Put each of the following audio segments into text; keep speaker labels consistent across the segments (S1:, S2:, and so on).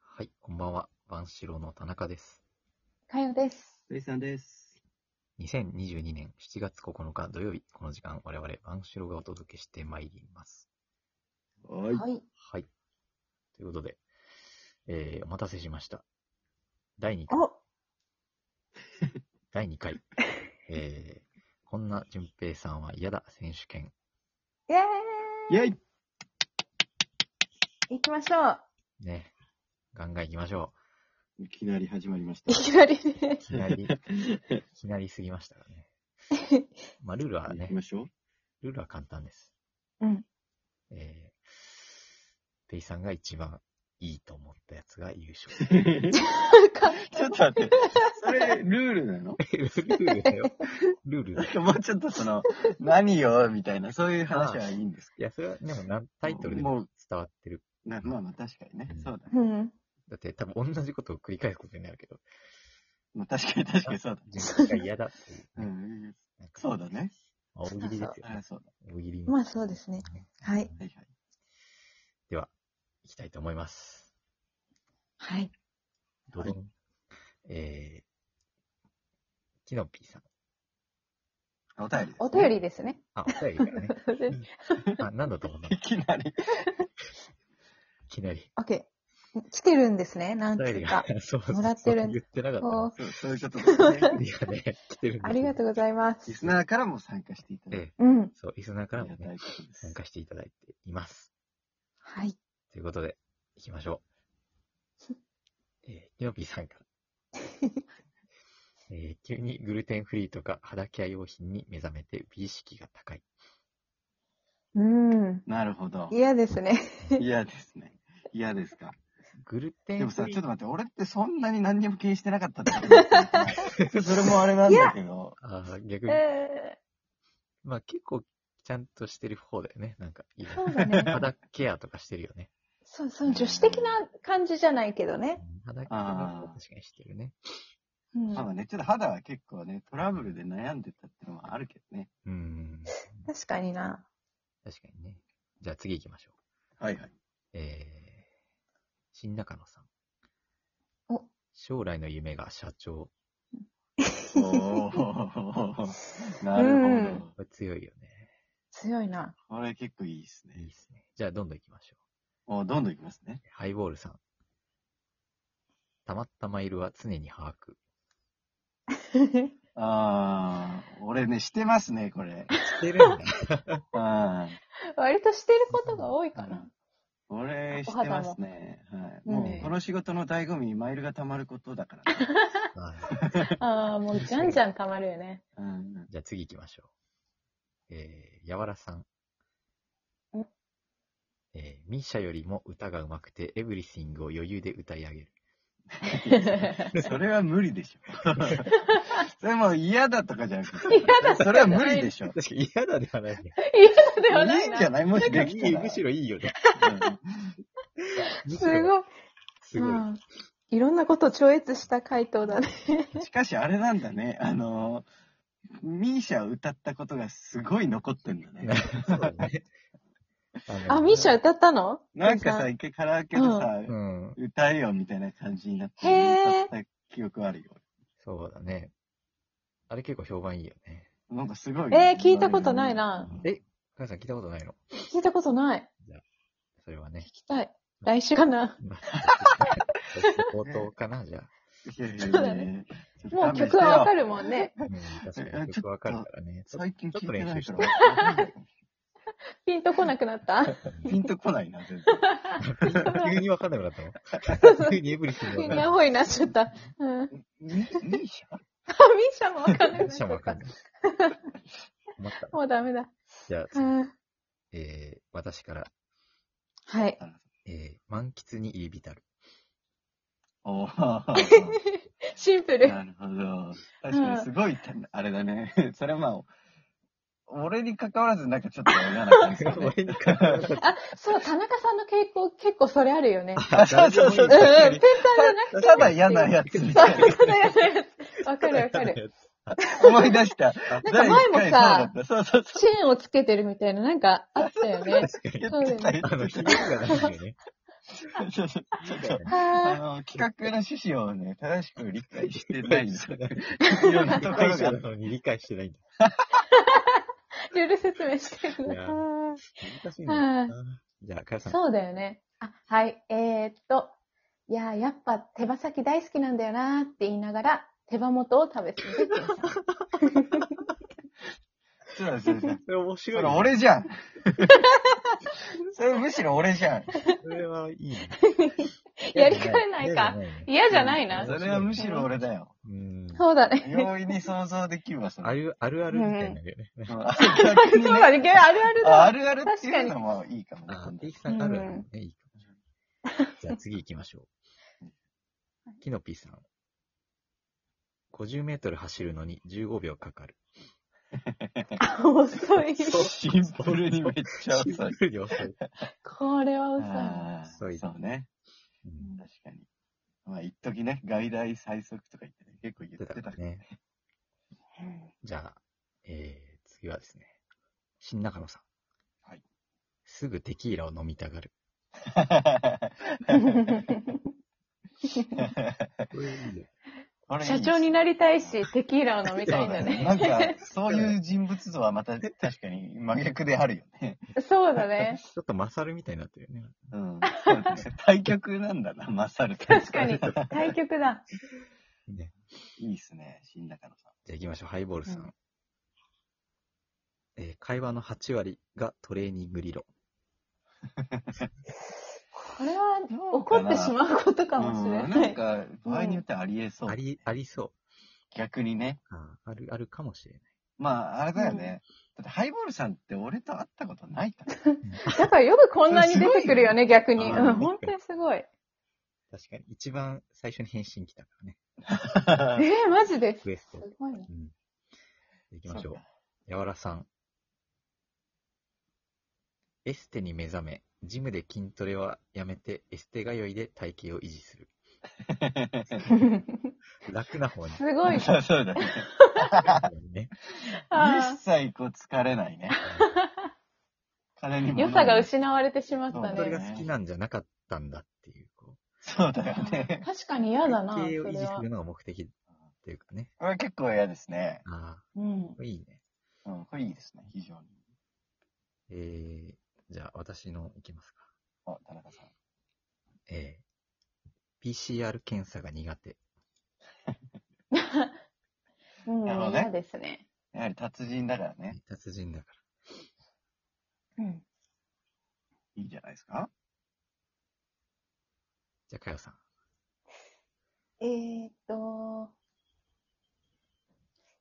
S1: はい、こんばんは。万代の田中です。
S2: かよです。
S3: ルイさんです。
S1: 2022年7月9日土曜日、この時間、我々万代がお届けしてまいります。
S3: は
S2: はい。
S1: はい。ということで、えー、お待たせしました。第2回、
S2: お
S1: 第2回。えー、こんな淳平さんは嫌だ選手権。
S2: イェー
S3: イェイ
S2: イ行きましょう
S1: ね。ガンガン行きましょ
S3: いきなり始まりまし
S2: い
S3: た。
S2: きなりね
S1: う。い。きなり、いきなりすぎましたからね。まあ、ルールは
S3: 行
S1: ね
S3: き、ましょう。
S1: ルールは簡単です。
S2: うん。
S1: えー、ペイさんが一番いいと思ったやつが優勝。
S3: ち
S2: か
S3: ょっと待って。それ、ルール なの
S1: ルールだよ。ルールだよ。
S3: もうちょっとその、何よ、みたいな、そういう話はいいんですか
S1: いや、それはでもなタイトルで
S3: も
S1: も
S3: う
S1: 伝わってる。
S3: なまあまあ、確かにね
S1: うん。
S3: そうだ。
S2: うん。
S1: だって多分同じことを繰り返すことになるけど、
S3: まあ、確かに確かにそうだ。
S1: 自分が嫌だっていう
S3: う
S1: ね、
S3: ん、
S1: なんか
S3: そうだね。
S1: 大喜利ですよ
S3: あ
S1: ね。
S3: そうだ。
S1: 大喜利
S2: まあそうですね。はい。
S3: はいはい。
S1: では、いきたいと思います。
S2: はい。
S1: どどん。えー、キノピーさん。
S3: お便りです。
S2: お便りですね。
S1: あ、お便りからね。あ、なんだと 思ったい
S3: いきなり。
S1: きなり。
S2: オッケー。来てるんですね、なん
S1: お
S2: て
S1: 便
S2: い
S1: り
S2: う
S1: が
S2: か。。
S1: そうそう
S2: もらってる
S1: 言ってなかった
S2: お
S1: な。
S3: そうそういうことですね。
S1: お便りがね、来てるんですよ
S2: ありがとうございま
S3: リ
S2: す。
S3: スナーからも参加していただいて
S1: ええ、
S2: うん。
S1: そう、リスナーか
S3: あ
S1: ら
S3: り
S1: も
S3: がた
S1: ね、
S3: いことです
S1: 参。加していただいています。
S2: はい。
S1: ということで、行きましょ う。えー、キノピーさんから。えー急にグルテンフリーとか肌ケア用品に目覚めて美意識が高い。
S2: うん。
S3: なるほど。
S2: 嫌ですね。
S3: 嫌ですね。嫌ですか。
S1: グルテ
S3: で
S1: ン
S3: もさ、
S1: フ
S3: ち
S1: リ
S3: ょっ
S1: ー
S3: と待って、俺ってそんなに何にも気にしてなかったってことだよね それもあれなんだけど。
S1: あー逆に、
S2: え
S1: まあ結構ちゃんとしてる方だよね。なんか、今
S2: ーそうだね。
S1: 肌ケアとかしてるよね。
S2: そう、その女子的な感じじゃないけどね。
S1: 肌ケアは確かにしてるね。
S2: うん。
S3: まあね、ちょっと肌は結構ね、トラブルで悩んでたってのはあるけどね。
S1: うん。
S2: 確かにな。
S1: 確かにね。じゃあ次行きましょう。
S3: はいはい。
S1: えー、新中野さん。
S2: お
S1: 将来の夢が社長。
S3: おー なるほど。
S1: これ強いよね。
S2: 強い な。
S3: これ結構いいです
S1: いい
S3: ね。
S1: ですね。じゃあ、どんどん行きましょう。
S3: おどんどんいきますね。
S1: ハイボールさん。たまったマイルは常に把握。
S3: あー、俺ね、してますね、これ。
S1: して るんだ。
S3: あ
S2: 割としてることが多いかな。
S3: ー俺、してますね。はい。
S2: うん
S3: もう、この仕事の醍醐味、マイルが溜まることだ からね。
S2: ああ、もうじゃんじゃん溜まるよね。
S3: うん。
S1: じゃあ、次行きましょう。えー、やわらさん
S2: お。
S1: えー、ミーシャよりも歌が上手くて、エブリシングを余裕で歌い上げる。
S3: それは無理でしょ。 それもう嫌だとかじゃなくて。嫌だそれは無理でしょ。
S1: 確かに嫌だではないね。
S2: ではない
S3: いん
S2: な。
S3: じゃないもしできたら。
S1: むしろいいよね。む
S3: う
S1: し
S2: す
S1: ろ
S2: ごい。
S1: すごい。
S2: うんいろんなことを超越した回答だね。
S3: んしかしあれなんだね。あの、ミーシャを歌ったことがすごい残ってんだね。
S1: そうだね。
S2: あ、ミーシャ
S1: ャ
S2: 歌ったの
S3: なんかさ、、一回カラオケでさ、
S1: うん。
S3: 歌えよみたいな感じになって、
S2: へー
S3: 歌った記憶あるよ。
S1: そうだね。あれ結構評判いいよね。
S3: なんかすごい。
S2: えー聞いたことないな
S1: え、母さん聞いたことないの
S2: 聞いたことない。
S1: それはね
S2: 聞。きたい。来週かな。
S1: まあ冒頭かなじゃあ。
S3: いやいやい
S2: そう
S3: や
S2: だ
S3: いや。
S2: もう曲はわか
S3: る。
S2: るもんね。
S1: うん、確かに曲わかるからね。ちょ
S3: 最近聞いてないから
S1: ちょっ
S3: わかんないかもし
S2: ピンとこなくなった。
S1: と
S3: れない。ピンとこないな、全然。
S1: 急にわかんなくなったの急にエブリシング
S2: 急
S1: わかん
S2: に
S1: な
S2: ア
S1: い。
S2: ホになっちゃった。うん。あ、 ミ
S3: ミミーシャ
S2: ーシャもわかんなくなっ
S1: シ
S2: ち
S1: ャ
S2: ゃ
S1: もわ
S2: っ
S1: か
S2: た
S1: ん。ない。困った。
S2: もうダメだ。
S1: じゃあ
S2: う
S1: 次、
S2: ん
S1: えー、私から、
S2: はい。
S1: えー、満喫に入り浸る。
S3: おー。
S2: シンプル。
S3: なるほど。確かにすごい、あれだね。 それはまあ、俺に関わらずなんかちょっと嫌な感じだね。
S1: 俺に関わらず
S2: あ、そう、田中さんの傾向、結構それあるよね。
S1: あ誰でもいい
S3: そうそ
S2: うんう
S3: う
S2: ん。ペンさんじゃなくて。
S3: ただ嫌なやつみたい
S2: そうただ嫌なやつ。わかるわかる。
S3: な。思い出した。
S1: なん
S2: か前もさ
S3: 第一回そうだった、そうそうそ
S2: チ ェーンをつけてるみたいな、なんかあったよね。
S1: 確かに
S3: う。言ってた、言
S1: あの、
S3: って
S1: ひ
S3: た
S1: ねりがないよね。
S3: あ
S2: は
S3: の、企画の趣旨をね、正しく理解してないんですよ。いろんなところ
S1: 者
S3: が。
S1: なのに理解してないんだ。
S2: ールール説明してくだ
S1: い
S2: さ
S1: や
S2: い。
S1: 難しいんだよな。じゃあ、かやさん。
S2: そうだよね。あ、はい。えーっと、いやー、やっぱ手羽先大好きなんだよなーって言いながら、手羽元を食べてる。
S3: ちょっと待ってちょっと待って
S1: それ面白
S3: そ
S1: い
S3: れ
S1: ね。
S3: 俺じゃん。それむしろ 俺じゃん。
S1: それはいいね。
S2: やりかねない
S1: や
S2: か。
S1: りね
S2: 嫌じゃないな
S3: そ。れはむしろ俺だよ。
S1: うん。
S2: そうだね。
S3: 容易に想像できるわ、そ
S1: あ
S3: れ。
S1: る、あるあるみたいになるよね。
S3: うん逆
S2: そう
S3: にね
S2: だね。あるある
S3: ああ
S2: だ。
S3: るあるっていうのもいいかもね。
S1: あ
S3: 今
S1: ー、
S3: 度
S1: ピーキさんあるあるね。いいかもしれない。じゃあ次行きましょう。キノピーさん。50メートル走るのに15秒かかる。
S2: 遅い。
S3: シンプルにめっちゃ遅い。
S1: 10秒遅い。
S2: これは遅いな。
S3: あ
S1: 遅い
S3: ーそうね。
S1: うん
S3: 確かに。まあ、一時ね、外来最速とか言ってね、結構言って
S1: 出
S3: た
S1: た
S3: か
S1: かららね。じゃあ、えー、次はですね、新中野さん。
S3: はい。
S1: すぐテキーラを飲みたがる。
S2: 社長になりたいし、テキーラを飲みたいんだね。
S3: なんか、そういう人物像はまた確かに真逆であるよ ね。
S2: そうだね。
S1: ちょっとマサルみたいになってるよね。
S3: うん。そうだね対局なんだな、マサルと
S2: 確かに。対局だ。
S1: ね
S3: いいっすね、新中野さ
S1: じゃあ行きましょう、ハイボールさん。
S2: うん
S1: えー会話の8割がトレーニング理論。
S2: これは怒ってしまうことか
S3: ん。
S2: もしれ
S3: うん
S2: な
S3: なん
S2: い。
S3: か、場合によってありえそう
S1: あ。り、ありそ
S3: 逆にね。
S1: う。あーある、あるかもしれ
S3: まあ、あれだよね。だって、ハイボールさんって俺と会ったことないから。
S2: だからよくこんなに出てくるよね、逆に。
S3: う
S2: うんん、本当にすごい。
S1: ない。確かに、一番最初に返信来たからね。
S2: えー、マジです
S1: クエスト。
S2: ごいな。
S1: うん。行きましょ
S3: そうう。
S1: やわらさん。エステに目覚め、ジムで筋トレはやめて、エステ通いで体型を維持する。楽な 方に。
S2: すごい。
S3: そう そうだね。
S1: ね、
S2: あ
S3: 一切こう疲れないね。金に
S2: ー
S3: も。
S2: 良さが失われてしまった
S1: それが
S2: ね。
S1: 好きなんじゃなかったんだっていう。こ
S3: そうだよね。
S2: 確かに
S1: う
S2: 嫌だな、そ
S1: 体型を維
S2: れ
S1: 持す
S2: は
S1: る。のが目的っていうかね。
S3: これ結構嫌ですね。
S1: あ
S2: うん
S1: あ、。いいね。
S3: うん、これいいですね、非常に。
S1: えー、じゃあ私のいきますか。
S3: あ、田中さん。
S1: えー、PCR 検査が苦手。
S2: うん、
S3: なるほどね
S2: 嫌ですね。
S3: やはり達人だからね。
S1: 達人だか。
S2: うん。
S3: いいんじゃないですから
S1: じゃあ、かよさん。
S2: えーっと、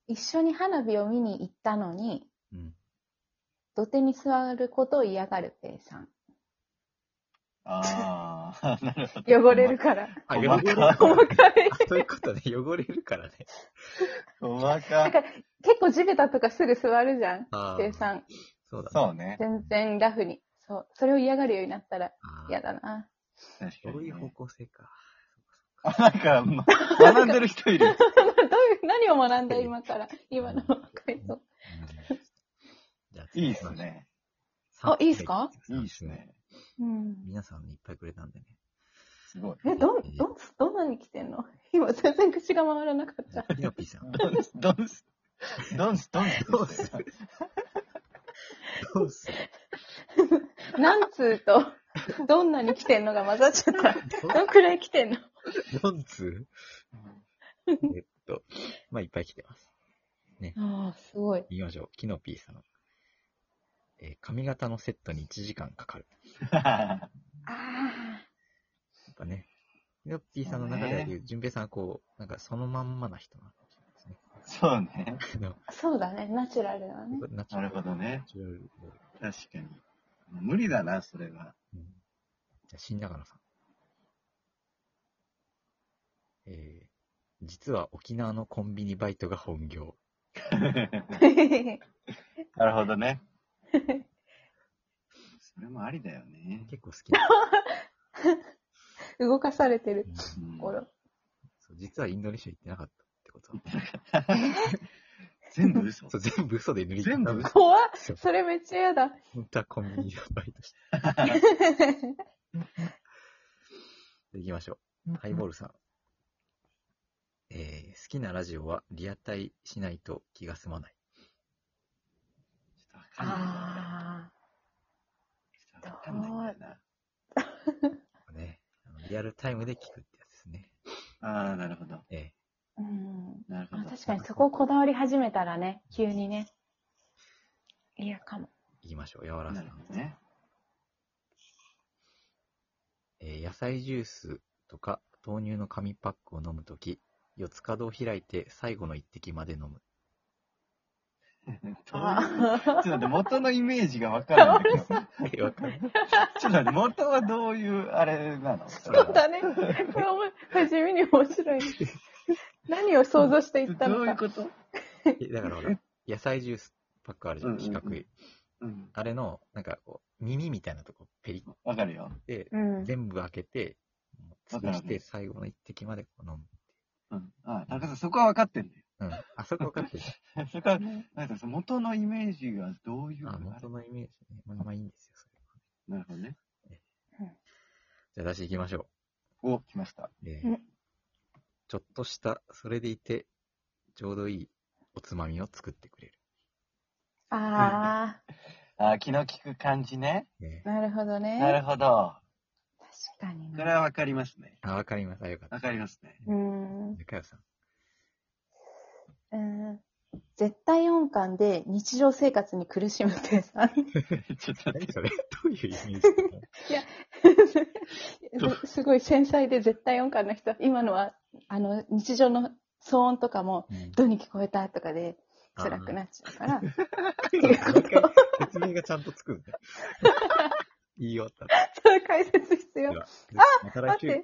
S2: 一緒に花火を見に行ったのに、
S1: うん。
S2: 土手に座ることを嫌がるペイさん。
S3: ああ、なるほど。
S2: 汚れる。 から。
S1: あ、
S3: 細
S1: 汚
S3: かい
S1: れるから。
S2: 細かい。
S1: あそういうことね。汚れるからね。
S3: 細
S2: な
S3: か
S2: ん。か結構地べたとかすぐ座るじゃん、
S1: あ
S2: ペイ
S1: あ、
S2: さん。
S1: そうだね。
S3: そうね。
S2: 全然ラフに。そう。それを嫌がるようになったら
S1: あー
S2: 嫌だな。
S3: 確か
S1: そう
S3: に
S1: い
S3: ね
S1: う方向性か。
S3: あ、なんか、ま学んでる人いる。
S2: どういう、何を学んだ今から。今の回答。
S1: うんじゃあ
S3: いいです。ね。
S2: あいいっすか
S3: いいです。ね。
S2: うん。
S1: 皆さんいっぱいくれたんでね。
S3: すごい。
S2: え、どん、どん、どんなに来てんの今全然口が回らなか った。
S1: ピノピ さん。
S3: ドンス、ドンス、ドンス、ドンス。
S1: どうするどうする
S2: 何通と、どんなに来てんのが混ざっちゃ った。どんくらい来てんの
S1: 4通えっと、まあいっぱい来てます。
S2: ああ、すごい。
S1: 行きましょう。キノピーさん。えー髪型のセットに1時間かかる。
S2: あ
S1: やっぱね。キノピーさんの中では言う、淳平さんはこう、なんかそのまんまな人なんですね。
S3: そうね。
S1: あの
S2: あ、そうだね。ナチュラルだね。
S1: ナチュラ
S3: なる
S1: ル
S3: ほどね
S1: ナ。チュラル
S3: 確かに。無理だな、それは。
S1: うんじゃあ、新中野さん。えー、実は沖縄のコンビニバイトが本業。
S3: なるほどね。それもありだよね。
S1: 結構好き な、
S2: 動かされてる
S1: う。ん
S3: う
S1: そ
S3: ん
S2: ほら。
S1: う実はインドネシア行ってなかったって こと。
S3: 全 部嘘。
S1: そう全部嘘で塗り
S3: 全部
S1: 嘘
S3: 嘘
S2: 怖っ
S1: そう
S2: それめっちゃ嫌だ。
S1: 本当はコンビニでバイトして。行きましょう。ハイボールさん。えー、好きなラジオはリアタイしないと気が済まない。
S3: ちょっとわかんないな。
S2: あ
S3: ちょっとわかんないんだよな。
S1: ね、あのリアルタイムで聞くってやつですね。
S3: ああ、なるほど。
S1: ええ
S2: あ。うん。
S3: なるほ
S2: まあ
S3: ど。
S2: 確かにそこをこだわり始めたらね、急にね。いや、かも。
S1: 行きましょう。やわらさ
S3: なんる。ほどね。
S1: えー野菜ジュースとか豆乳の紙パックを飲むとき、四つ角を開いて最後の一滴まで飲む。
S3: ちょっ
S2: あー
S3: と待って、元のイメージがわかんないんだけど。ちょっ
S1: えわかんない
S3: と待って、元はどういうあれなのそれ
S2: そう
S3: は
S2: だね。これお前、地味に面白い。 何を想像していった
S3: ど
S2: の
S3: ういう
S2: か。
S3: こと
S1: えだからほら、野菜ジュースパックあるじゃん、四角
S3: うんうんう
S1: い。
S3: うん。
S1: あれの、なんかこう、耳みたいなとこペリっ
S3: わかるよ。
S1: て、
S2: うん。
S1: 全部開けて、
S3: わ
S1: 潰
S3: かる
S1: して最後の一滴までこう飲む。
S3: うん。あ、高田さん、そこはわかってんだよ。
S1: うん。あそこかってる。
S3: そこは、なんかその元のイメージがどういう
S1: あ、
S3: あ
S1: 元のイメージね。まあまあいいんですよ、それは。
S3: れなるほどね。
S1: じゃあ出し行きましょう。
S3: お、来ました。
S1: え
S2: うん
S1: ちょっとした、それでいて、ちょうどいいおつまみを作ってくれる。
S2: あ
S3: あー、気の利く感じね。
S1: ね
S2: あ、なるほど
S3: なる
S2: ね。
S3: ほど。
S2: 確かに
S3: これ
S2: ね。
S3: はわかりますね。
S1: あ、わかります。あ、よかった。
S3: わかりますね。
S2: うん。
S1: でかよさん。
S2: うん絶対音感で日常生活に苦しむ生産。
S3: ちょっと待っ
S1: 何
S3: て。
S1: それ どういうイメージ
S2: すごい繊細で絶対音感の人。今のは、あの、日常の騒音とかも、どうに聞こえたとかで辛くなっちゃうから。
S1: て
S2: いうこと
S1: 説明がちゃんとつ くんだ。言い終わった。
S2: その解説必要。
S1: では
S2: 待っ
S1: 新しい
S2: て、